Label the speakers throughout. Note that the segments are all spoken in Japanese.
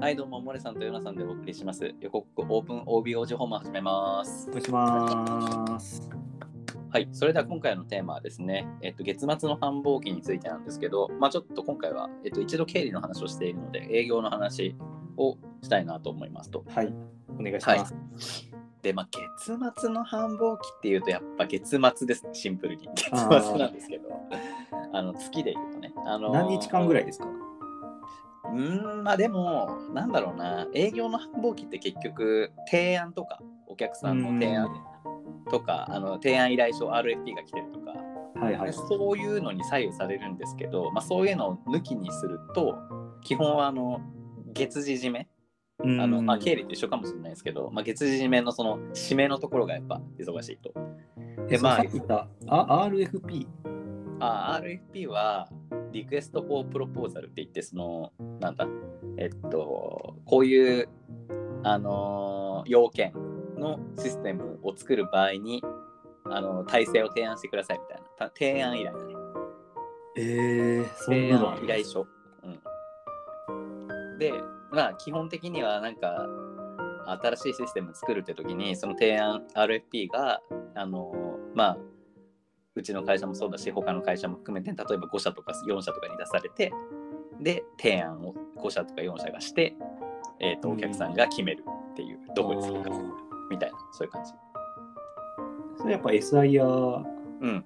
Speaker 1: はい、どうも、モレさんとヨナさんでお送りします。横国オープン OB 王子訪問始めます
Speaker 2: お。願いします。
Speaker 1: はい、それでは今回のテーマはですね、えっと、月末の繁忙期についてなんですけど、まあ、ちょっと今回は、えっと、一度経理の話をしているので、営業の話をしたいなと思いますと。
Speaker 2: はい、お願いします。
Speaker 1: で、まあ、月末の繁忙期っていうと、やっぱ月末です、シンプルに。月
Speaker 2: あー
Speaker 1: 末なんですけど、あの月で言うとね。あのー
Speaker 2: 何日間ぐらいですか
Speaker 1: うーんまあでもなんだろうな営業の繁忙期って結局提案とかお客さんの提案とかあの提案依頼書 RFP が来てるとか、
Speaker 2: はいはい。
Speaker 1: そういうのに左右されるんですけど、まあ、そういうのを抜きにすると基本はあの月次締めあの、まあ、経理と一緒かもしれないですけど、まあ、月次締めのその締めのところがやっぱ忙しいと。で
Speaker 2: で、
Speaker 1: ま
Speaker 2: ま
Speaker 1: あ
Speaker 2: あ、さっき言ったあ RFP。
Speaker 1: あ RFP はリクエスト・フォー・プロポーザルって言ってそのなんだえっとこういうあのー要件のシステムを作る場合にあの体制を提案してくださいみたいなた提案依頼だね
Speaker 2: えー、そん
Speaker 1: 提
Speaker 2: なのあ
Speaker 1: 案
Speaker 2: る
Speaker 1: 依頼書、うん、でまあ基本的にはなんか新しいシステム作るって時にその提案 RFP があのまあうちの会社もそうだし他の会社も含めて例えば5社とか4社とかに出されてで提案を5社とか4社がして、えー、と
Speaker 2: うん
Speaker 1: お客さんが決めるっていう、どこにするか
Speaker 2: あー
Speaker 1: みたいなそういう感じ。
Speaker 2: それやっぱ SIR
Speaker 1: うん、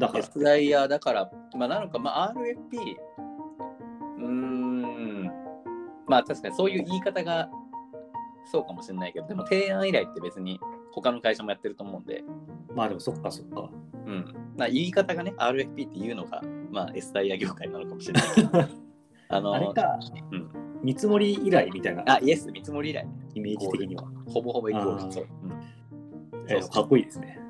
Speaker 2: だから。
Speaker 1: スライヤーだから、まあ、なのか、まあ、RFP、うーん、まあ確かにそういう言い方がそうかもしれないけど、でも提案依頼って別に他の会社もやってると思うんで、
Speaker 2: まあでもそっかそっか。
Speaker 1: うん、まあ言い方がね、RFP っていうのが、まあ、S ライヤー業界なのかもしれないけど、 あの
Speaker 2: あれか、
Speaker 1: うん
Speaker 2: 見積もり依頼みたいな
Speaker 1: あ、イエス、見積もり依頼、
Speaker 2: イメージ的には。
Speaker 1: ほぼほぼイコール
Speaker 2: あー
Speaker 1: そううん
Speaker 2: え
Speaker 1: そう
Speaker 2: ー
Speaker 1: そう
Speaker 2: かっこいいですね。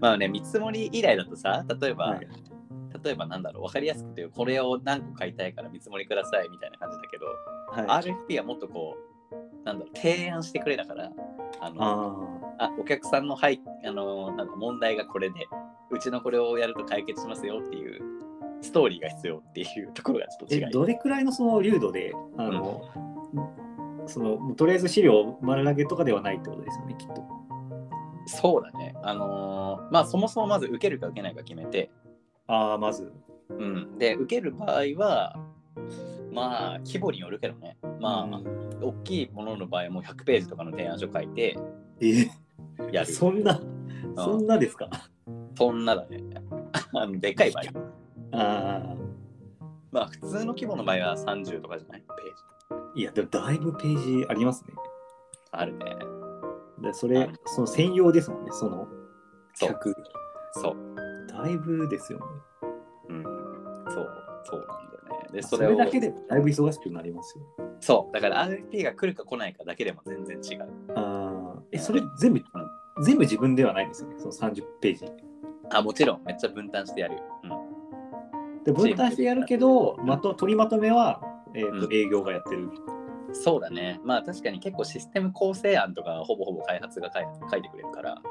Speaker 1: まあね、見積もり依頼だとさ、例えば、
Speaker 2: はい
Speaker 1: 例えばなんだろう、分かりやすくという、これを何個買いたいから見積もりくださいみたいな感じだけど、
Speaker 2: はい、
Speaker 1: RFP はもっとこうなんだろう提案してくれだからあのあ
Speaker 2: あ
Speaker 1: お客さんの,、はい、あのなんか問題がこれでうちのこれをやると解決しますよっていうストーリーが必要っていうところがちょっと
Speaker 2: ー
Speaker 1: 違い
Speaker 2: えどれくらいのその流度であの、そのとりあえず資料丸投げとかではないってことですよねきっと。
Speaker 1: そうだねあのーまあそもそもまず受けるか受けないか決めて、
Speaker 2: ああまず。
Speaker 1: うん、で受ける場合はまあ規模によるけどねまあ、
Speaker 2: うん
Speaker 1: 大きいものの場合はもう100ページとかの提案書書いて
Speaker 2: えー
Speaker 1: やる
Speaker 2: そんな、そんなですか。
Speaker 1: そんなだねあのでっかい場合
Speaker 2: ああ、
Speaker 1: まあ普通の規模の場合は30とかじゃないページ
Speaker 2: いや、でもだいぶページありますね。
Speaker 1: あるね。
Speaker 2: でそ
Speaker 1: は
Speaker 2: れ
Speaker 1: い、
Speaker 2: その専用ですもんね、その
Speaker 1: そう
Speaker 2: 100。
Speaker 1: そう。
Speaker 2: だいぶですよね。
Speaker 1: うん。そう。そうなんだよね。で、そ
Speaker 2: そ
Speaker 1: れ
Speaker 2: れ
Speaker 1: を
Speaker 2: だけでもだいぶ忙しくなりますよ。
Speaker 1: そう。だから RFP が来るか来ないかだけでも全然違う。
Speaker 2: ああ、え、それ全部、全部自分ではないですよね、その30ページ。
Speaker 1: あ、もちろん、めっちゃ分担してやるよ。
Speaker 2: で、分担してやるけど、
Speaker 1: ん
Speaker 2: まと取りまとめは、えーと
Speaker 1: うん
Speaker 2: 営業がやってる。
Speaker 1: うん。そうだね。まあ確かに結構システム構成案とかほぼほぼ開発が書い書いてくれるから、
Speaker 2: あ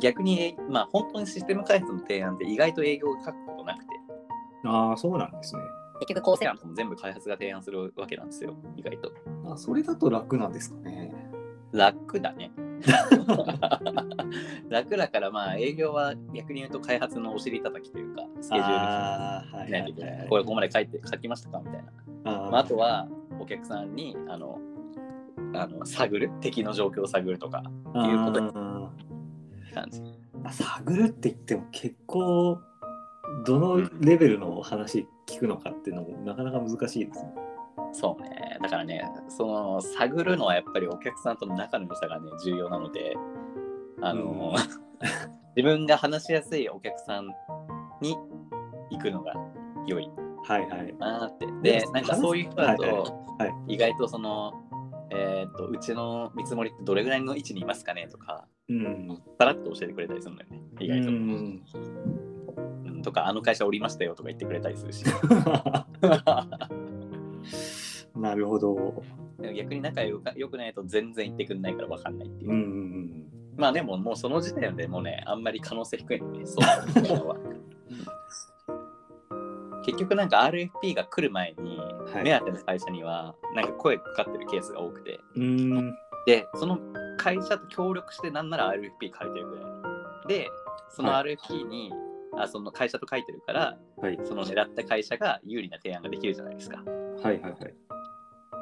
Speaker 1: 逆に、えまあ本当にシステム開発の提案って意外と営業が書くことなくて、
Speaker 2: あー、そうなんですね。
Speaker 1: 結局構成案も全部開発が提案するわけなんですよ、意外と。
Speaker 2: あそれだと楽なんですかね。
Speaker 1: 楽だね。 楽だからまあ営業は逆に言うと開発のお尻叩きというかスケジュール
Speaker 2: ああ、は
Speaker 1: 決め
Speaker 2: いは
Speaker 1: ないとい
Speaker 2: い
Speaker 1: け
Speaker 2: は
Speaker 1: ない
Speaker 2: はい
Speaker 1: これここまで書いて書きましたかみたいな、
Speaker 2: あー
Speaker 1: まあ、あとはお客さんにあのあの探る敵の状況を探るとかっていうこと
Speaker 2: あー
Speaker 1: 感じ
Speaker 2: まあ探るって言っても結構どのレベルの話聞くのかっていうのもなかなか難しいですね。
Speaker 1: そうねだからねその探るのはやっぱりお客さんとの仲の良さがね重要なのであの、
Speaker 2: う
Speaker 1: 自分が話しやすいお客さんに行くのが良い
Speaker 2: はいはい。
Speaker 1: なーって。で
Speaker 2: で、も
Speaker 1: なんかそういう人だ
Speaker 2: はいは
Speaker 1: と
Speaker 2: いは、
Speaker 1: 意外とその、えーっと、うちの見積もりってどれぐらいの位置にいますかねとか、
Speaker 2: うん。
Speaker 1: さらっと教えてくれたりするんだよね、意外と。
Speaker 2: う
Speaker 1: うん
Speaker 2: ん
Speaker 1: とか、あの会社おりましたよとか言ってくれたりする し。
Speaker 2: なるほど。
Speaker 1: でも逆に仲良か良くないと全然言ってくんないから分かんないっていうう。
Speaker 2: ん。
Speaker 1: まあでも、もうその時点でもうね、あんまり可能性低いのね、そういうのは。結局なんか RFP が来る前に
Speaker 2: はい
Speaker 1: 目当ての会社にはなんか声かかってるケースが多くて
Speaker 2: うーん。
Speaker 1: でその会社と協力してなんなら RFP 書いてるぐらいでその
Speaker 2: は
Speaker 1: RFP に、あその会社と書いてるから
Speaker 2: はい。
Speaker 1: その狙った会社が有利な提案ができるじゃないですか
Speaker 2: はいはいはい。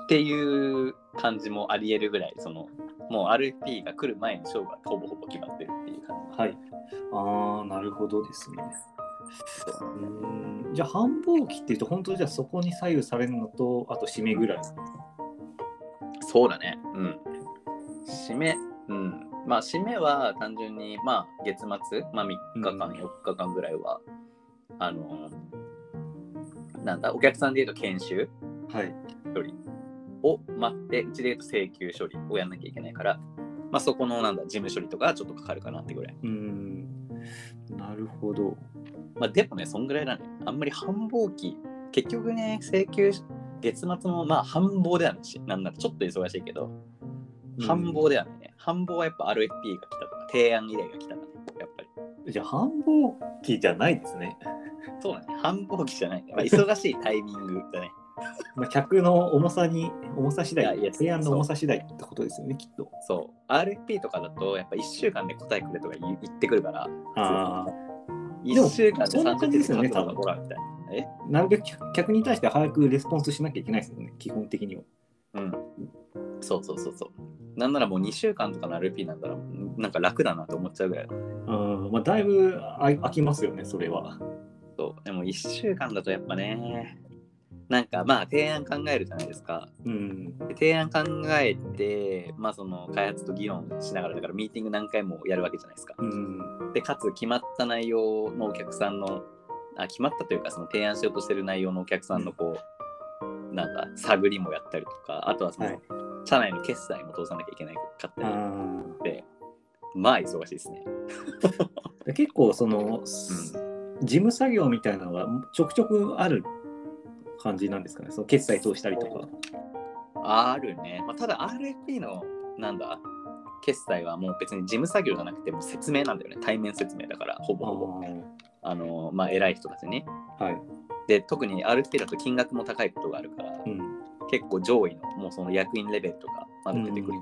Speaker 1: っていう感じもありえるぐらいそのもう RFP が来る前に勝負はほぼほぼ決まってるっていう感
Speaker 2: はい。ああ、なるほどですね。うーんじゃあ繁忙期っていうと本当じゃあそこに左右されるのとあと締めぐらい。
Speaker 1: じそうだねうん締めうんまあ締めは単純にまあ月末、まあ、3日間、
Speaker 2: うん
Speaker 1: 4日間ぐらいはあのなんだお客さんで言うと研修
Speaker 2: はい。
Speaker 1: 処理を待って、うちで言うと請求処理をやんなきゃいけないから、まあ、そこのなんだ事務処理とかちょっとかかるかなってぐらい。
Speaker 2: うーん。なるほど。
Speaker 1: まあ、でもね、そんぐらいだね。あんまり繁忙期、結局ね、請求、月末もまあ繁忙ではないし、なんならちょっと忙しいけど、繁忙ではないね。繁忙はやっぱ RFP が来たとか、提案依頼が来たとかね、やっぱり。
Speaker 2: じゃあ繁忙期じゃないですね。
Speaker 1: そうだね、繁忙期じゃないね。まあ、忙しいタイミングだね。
Speaker 2: まあ、客の重さに重さ次
Speaker 1: いや
Speaker 2: 第
Speaker 1: いや
Speaker 2: 提案の重さ次第ってことですよねきっと。
Speaker 1: そう、RFP とかだと、やっぱ1週間で答えくれとか言言ってくるから、
Speaker 2: あでも
Speaker 1: 1週間で
Speaker 2: そんな感じ
Speaker 1: 30
Speaker 2: ですよね
Speaker 1: 分かかるのがほらみたいな。え
Speaker 2: あなるべく客客に対して早くレスポンスしなきゃいけないですよね基本的には。
Speaker 1: うん。そうそうそうそう。なんならもう2週間とかの RP なんだら、なんか楽だなと思っちゃうぐらいだ
Speaker 2: うんまあ、だいぶあ飽きますよねそれは。
Speaker 1: そう。でも1週間だとやっぱね、なんかまあ提案考えるじゃないですか。
Speaker 2: うん
Speaker 1: で提案考えて、まあその開発と議論しながら、だからミーティング何回もやるわけじゃないですか。
Speaker 2: うん
Speaker 1: で、かつ決まった内容のお客さんの、あ決まったというか、その提案しようとしてる内容のお客さんのこう、なんか探りもやったりとか、あとはその、
Speaker 2: はい
Speaker 1: 社内の決済も通さなきゃいけないかったりとか
Speaker 2: あ
Speaker 1: って、まあ忙しいですね。
Speaker 2: ー結構その、す事務作業みたいなのがちょくちょくある感じなんですかねその決済通したりとか。
Speaker 1: あるね。まあ、ただ RFP のなんだ決済はもう別に事務作業じゃなくてもう説明なんだよね。対面説明だから、ほぼほぼ。あの、まあ、偉い人たちね。
Speaker 2: あーはい、
Speaker 1: で、特に RFP だと金額も高いことがあるから、
Speaker 2: うん
Speaker 1: 結構上位の、もうその役員レベルとかまで出てくる。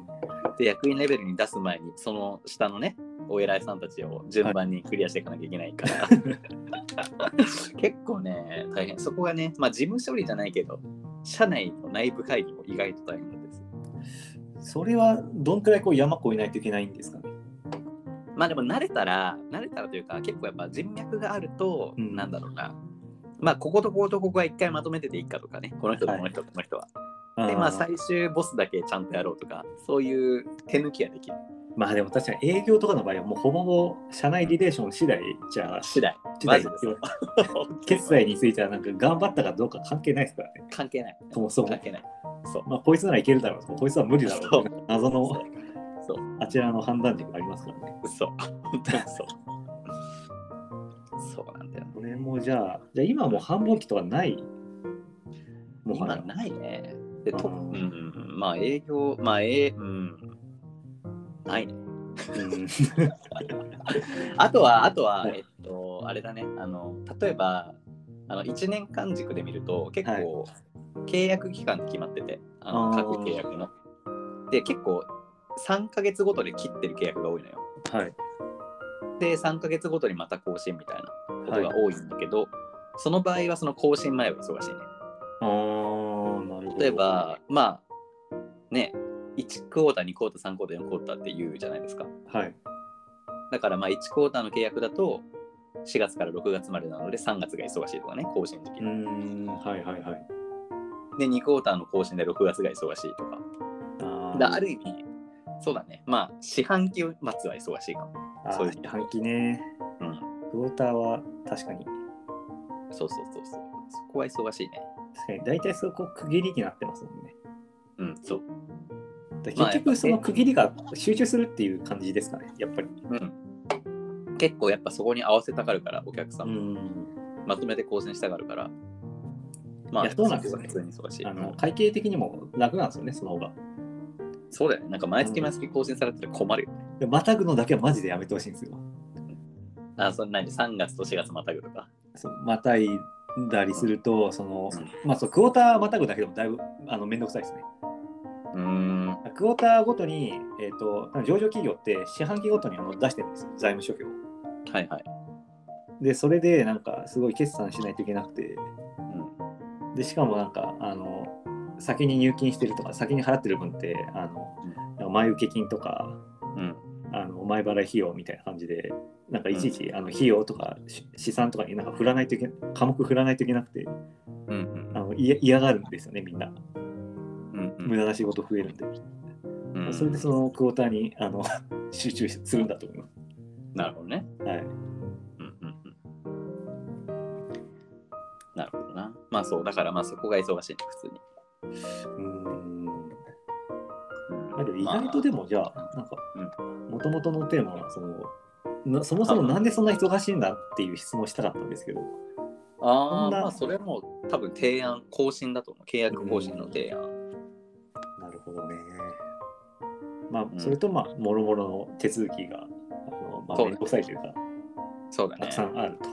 Speaker 1: で、役員レベルに出す前に、その下のね、お偉いさんたちを順番にクリアしていかなきゃいけないから、結 構ね、大変。そこがね、まあ、事務処理じゃないけど、社内の内部会議も意外と大変なんです。
Speaker 2: それはどんくらいこう山越えないといけないんですかね。
Speaker 1: まあでも慣れたら、慣れたらというか、結構やっぱ人脈があると、
Speaker 2: うん
Speaker 1: なんだろうな。まあ、こことこことここは一回まとめてていいかとかね、この人と
Speaker 2: はい
Speaker 1: この人とこの人は。
Speaker 2: あ
Speaker 1: で、
Speaker 2: ー
Speaker 1: まあ、最終ボスだけちゃんとやろうとか、そういう手抜きはできる。
Speaker 2: まあでも確かに営業とかの場合はもうほぼほぼ社内リレーション次第じゃあ
Speaker 1: 次第。
Speaker 2: 次
Speaker 1: マ
Speaker 2: 第
Speaker 1: ジで
Speaker 2: です
Speaker 1: す
Speaker 2: よ。決済についてはなんか頑張ったかどうか関係ないですからね。
Speaker 1: 関係ない。
Speaker 2: そもそも
Speaker 1: 関係ない。そう。
Speaker 2: まあこいつならいけるだろうとかこいつは無理だろうとか謎
Speaker 1: そ
Speaker 2: の
Speaker 1: う。
Speaker 2: あちらの判断軸がありますからね。
Speaker 1: そう。本当にそう。そうなんだよね。
Speaker 2: これもじゃあ、じゃあ今はもう繁忙期とかないもは
Speaker 1: 今
Speaker 2: や。
Speaker 1: ないね。で、と、
Speaker 2: う
Speaker 1: うんん、まあ営業、まあ、え、うん、ないね。
Speaker 2: うん
Speaker 1: あとは、あとは、
Speaker 2: はい
Speaker 1: えっと、あれだね、あの、例えば、あの、1年間軸で見ると、結構、契約期間って決まってて、あの
Speaker 2: あー
Speaker 1: 各契約の。で、結構、3ヶ月ごとで切ってる契約が多いのよ。
Speaker 2: はい。
Speaker 1: で、3ヶ月ごとにまた更新みたいなことが多いんだけど、その場合は、その更新前は忙しいね。
Speaker 2: あーなるほど。
Speaker 1: 例えば、まあ、ね、1クォーター、2クォーター、3クォーター、4クォーターって言うじゃないですか。
Speaker 2: はい。
Speaker 1: だからまあ1クォーターの契約だと4月から6月までなので3月が忙しいとかね、更新時期
Speaker 2: うー。ん、はいはいはい。
Speaker 1: で、2クォーターの更新で6月が忙しいとか。
Speaker 2: あ
Speaker 1: だある意味、そうだね。まあ四半期を待つは忙しいかも。
Speaker 2: そ
Speaker 1: そうう
Speaker 2: で
Speaker 1: ですす
Speaker 2: ね。半期ね。
Speaker 1: うん。
Speaker 2: クォーターは確かに、
Speaker 1: そうそうそうそう。そこは忙しいね。
Speaker 2: 確かに大体そこ区切りになってますもんね。
Speaker 1: うん、そう。
Speaker 2: だ
Speaker 1: まあ
Speaker 2: 結局その区切りが集中するっていう感じですかね、やっぱり。
Speaker 1: うん。結構やっぱそこに合わせたがるから、お客さんも、
Speaker 2: ん。
Speaker 1: まとめて更新したがるから。ま
Speaker 2: い
Speaker 1: あ、
Speaker 2: やそうなんですよね
Speaker 1: 普通に忙しい
Speaker 2: あ。の会計的にも楽なんですよね、その方が。
Speaker 1: そうだよね。なんか毎月毎月更新されてたら困るよね。
Speaker 2: で、またぐのだけはマジでやめてほしいんですよ。
Speaker 1: あ、そんなに3月と4月またぐとか。
Speaker 2: そうまたいだりすると、その
Speaker 1: うん、
Speaker 2: まあ、そう、クォーターまたぐだけでもだいぶ、あの、めんどくさいですね。
Speaker 1: うーん。
Speaker 2: クォーターごとに、えっ、と、上場企業って四半期ごとにあの出してるんですよ、財務諸表を。
Speaker 1: はいはい。
Speaker 2: で、それで、なんか、すごい決算しないといけなくて、
Speaker 1: うん
Speaker 2: で、しかもなんか、あの、先に入金してるとか、先に払ってる分って、あの、前受け金とか、
Speaker 1: うん。
Speaker 2: あの前払い費用みたいな感じで、なんかいちいちあの費用とかし資産とかになんか振らないといけ科目振らないといけなくて、
Speaker 1: うんうん
Speaker 2: あのいや嫌がるんですよね、みんな。
Speaker 1: うんうん
Speaker 2: 無駄な仕事増えるんで。
Speaker 1: うん
Speaker 2: それでそのクォーターにあの 集中するんだと思いま
Speaker 1: なるほどね。
Speaker 2: す。は
Speaker 1: う
Speaker 2: い。
Speaker 1: んうんうんなるほどな。まあそう、だからまあそこが忙しいね、普通に。
Speaker 2: うーん。
Speaker 1: うん
Speaker 2: だけど意外とでも、じゃあ、なんか、もともとのテーマは、その、なそもそもなんでそんな忙しいんだっていう質問したかったんですけど、
Speaker 1: まあ、あー
Speaker 2: そんな
Speaker 1: まあそれも多分提案、更新だと思う。契約更新の提案。
Speaker 2: なるほどね。まあ、
Speaker 1: ん
Speaker 2: それと、まあ、もろもろの手続きが、あのまあ、
Speaker 1: そう
Speaker 2: 面倒くさいというか、
Speaker 1: そうだ
Speaker 2: た
Speaker 1: ね
Speaker 2: く。さんあると。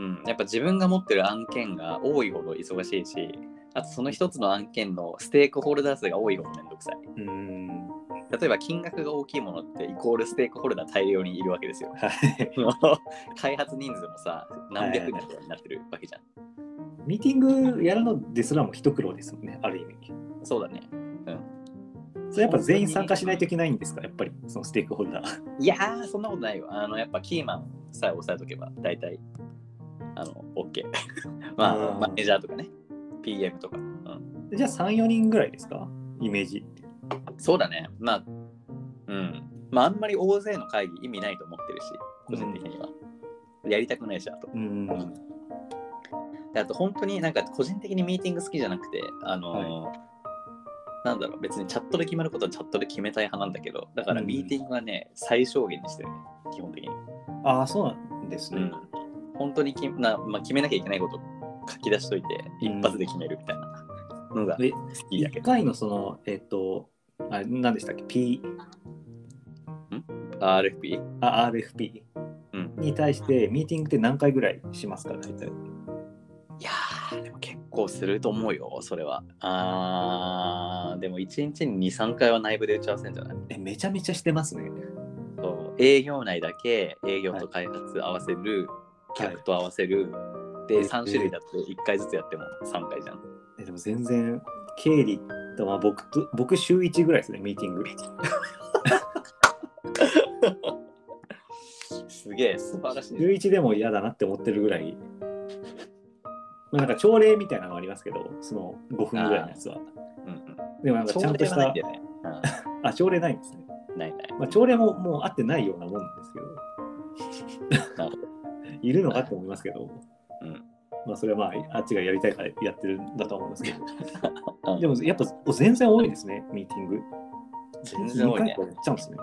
Speaker 1: うん、やっぱ自分が持ってる案件が多いほど忙しいし、あとその一つの案件のステークホルダー数が多いほどめんどくさい。
Speaker 2: うーん。
Speaker 1: 例えば金額が大きいものってイコールステークホルダー大量にいるわけですよ。
Speaker 2: はい。
Speaker 1: 開発人数もさ、何百人とかになってるわけじゃん。
Speaker 2: ミーティングやるのですらも一苦労ですもんね、ある意味。
Speaker 1: そうだね。
Speaker 2: それやっぱ全員参加しないといけないんですか、やっぱり、そのステークホルダー。
Speaker 1: いやー、そんなことないよ。あの、やっぱキーマンさえ押さえとけば、大体、あの、OK。ま あ、
Speaker 2: あー
Speaker 1: マネージャーとかね、PM とか。うん、
Speaker 2: じゃあ3、4人ぐらいですか、イメージ。
Speaker 1: そうだね。まあ、うん。まあ、あんまり大勢の会議意味ないと思ってるし、個人的には。やりたくないし、あと。
Speaker 2: うーん。
Speaker 1: であと、本当になんか、個人的にミーティング好きじゃなくて、あのーなんだろう別にチャットで決まることはチャットで決めたい派なんだけどだから
Speaker 2: うん
Speaker 1: ミーティングはね、最小限にしてるね基本的に
Speaker 2: ああ、そうなんです
Speaker 1: う
Speaker 2: ね。
Speaker 1: ん、本当にきな、まあ、決めなきゃいけないことを書き出しといて、
Speaker 2: うん
Speaker 1: 一発で決めるみたいなのが好
Speaker 2: で、
Speaker 1: きだけ
Speaker 2: 1
Speaker 1: ど、
Speaker 2: 回のその、えっ、と、あれ、何でしたっけ、P、
Speaker 1: RFP?
Speaker 2: あ RFP
Speaker 1: うん
Speaker 2: に対して、ミーティングって何回ぐらいしますか、大体。
Speaker 1: いやー、でも結構すると思うよ、それは。あー、でも1日に2、3回は内部で打ち合わせんじゃない
Speaker 2: え、めちゃめちゃしてますね。
Speaker 1: そう営業内だけ営業と開発合わせる、客と合わせる、
Speaker 2: え
Speaker 1: で、
Speaker 2: ー
Speaker 1: 3種類だって1回ずつやっても3回じゃん。
Speaker 2: えでも全然経理とまあ僕と僕週1ぐらいですねミーティング
Speaker 1: すげえ、素晴らしいね。
Speaker 2: 週1でも嫌だなって思ってるぐらいまあなんか朝礼みたいなのがありますけどその5分ぐらいのやつは
Speaker 1: うんうん、
Speaker 2: でもなんかちゃんとし
Speaker 1: 朝礼はな
Speaker 2: た
Speaker 1: いんだよね
Speaker 2: あ朝礼ないんですね、
Speaker 1: うんないない。
Speaker 2: まあ、朝礼ももう合ってないようなもんなんですけ
Speaker 1: な
Speaker 2: どいるのかって思いますけど、
Speaker 1: うん
Speaker 2: まあそれはまああっちがやりたいからやってるんだと思うんですけ
Speaker 1: う
Speaker 2: ど
Speaker 1: ん
Speaker 2: でもやっぱ全然多いですねミーティング
Speaker 1: 全然多いね
Speaker 2: 二回とかやっちゃうんですね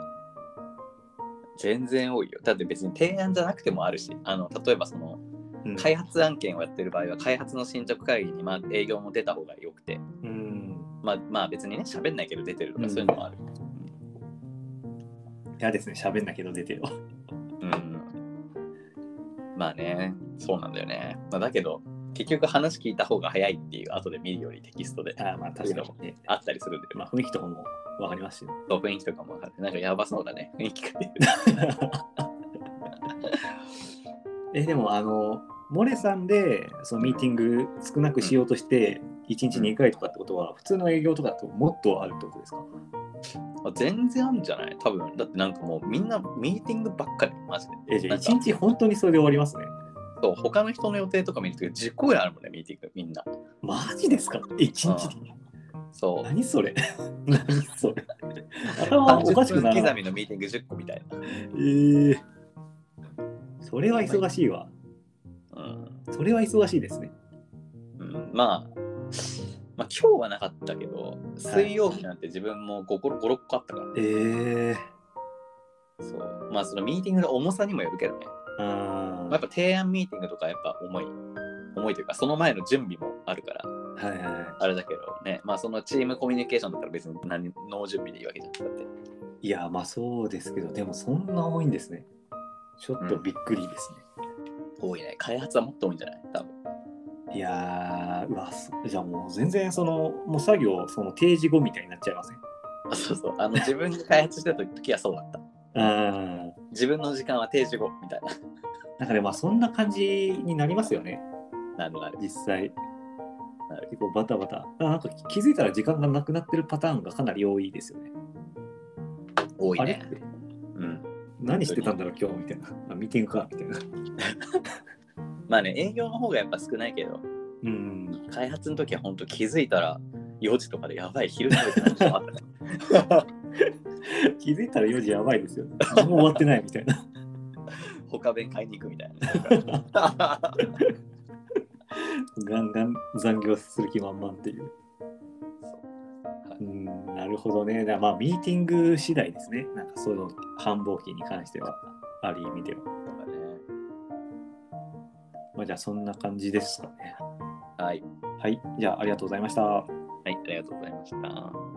Speaker 1: 全然多いよだって別に提案じゃなくてもあるしあの例えばその
Speaker 2: うん
Speaker 1: 開発案件をやってる場合は開発の進捗会議に、まあ、営業も出た方がよくて
Speaker 2: うん
Speaker 1: まあまあ別にね喋んないけど出てるとかそういうのもある、
Speaker 2: 嫌ですね、喋んなけど出てよ。
Speaker 1: うんまあねそうなんだよね、まあ、だけど結局話聞いた方が早いっていう後で見るよりテキストで
Speaker 2: ああ、まあ確かにね。
Speaker 1: あったりするんだよね、
Speaker 2: まあ雰囲気とかも分かりますし、ね、
Speaker 1: そう雰囲気とかも分かるなんかやばそうだね雰囲気 が出る
Speaker 2: え、でもあの、モレさんでそのミーティング少なくしようとして、1日2回とかってことは、普通の営業とかだともっとあるってことですか
Speaker 1: まあ全然あるんじゃない多分だってなんかもうみんなミーティングばっかりマジで
Speaker 2: え、じゃあ
Speaker 1: なんか
Speaker 2: 1日本当にそれで終わりますね。
Speaker 1: そう他の人の予定とか見ると10個ぐらいあるもんねミーティングみんな
Speaker 2: マジですか ?1 日で
Speaker 1: そう
Speaker 2: 何それ 何そ れ頭おかしくな
Speaker 1: 30分
Speaker 2: る。
Speaker 1: 刻みのミーティング10個みたい
Speaker 2: えーそれは忙しいわ。
Speaker 1: な、うん
Speaker 2: それは忙しいですね。
Speaker 1: うんまあまあ今日はなかったけど水曜日なんて自分も56個あったから、
Speaker 2: えー、
Speaker 1: そうまあそのミーティングの重さにもよるけどね、
Speaker 2: あ
Speaker 1: まあや
Speaker 2: ー
Speaker 1: っぱ提案ミーティングとかやっぱ重い重いというかその前の準備もあるから
Speaker 2: はいはいはい。
Speaker 1: あれだけどねまあそのチームコミュニケーションだったら別に何の準備でいいわけじゃんだって
Speaker 2: いや、まあそうですけど、でもそんな多いんですね。ちょっとびっくりですね。
Speaker 1: 多いね開発はもっと多いんじゃない多分
Speaker 2: いやー、うわ、すじゃあもう全然その、もう作業、その定時後みたいになっちゃいません。
Speaker 1: あそうそう。あの、自分で開発してた時はそうだった。
Speaker 2: あ
Speaker 1: 自分の時間は定時後みたい
Speaker 2: ーなんかでもまあそんな感じになりますよね、
Speaker 1: な。なるなる。
Speaker 2: 実際
Speaker 1: なる。
Speaker 2: 結構バタバタ。あなんか気づいたら時間がなくなってるパターンがかなり多いですよね。
Speaker 1: 多い
Speaker 2: あれ
Speaker 1: ね。うん。
Speaker 2: 何してたんだろう今日みたいな。あミーティングかみたいな。
Speaker 1: まあね、営業の方がやっぱ少ないけど、
Speaker 2: うん。
Speaker 1: 開発の時は本当気づいたら4時とかでやばい、昼食べてないとかあったね
Speaker 2: 気づいたら4時やばいですよ。何も終わってないみたいな。
Speaker 1: 他弁買いに行くみたい な。
Speaker 2: ガンガン残業する気満々っていう。
Speaker 1: そう
Speaker 2: うん、なるほどね。だからまあミーティング次第ですね。なんかそういうの繁忙期に関しては、ある意味では。
Speaker 1: とかね。
Speaker 2: まあじゃあそんな感じですかね。
Speaker 1: はい。
Speaker 2: はい。じゃあありがとうございました。
Speaker 1: はい、ありがとうございました。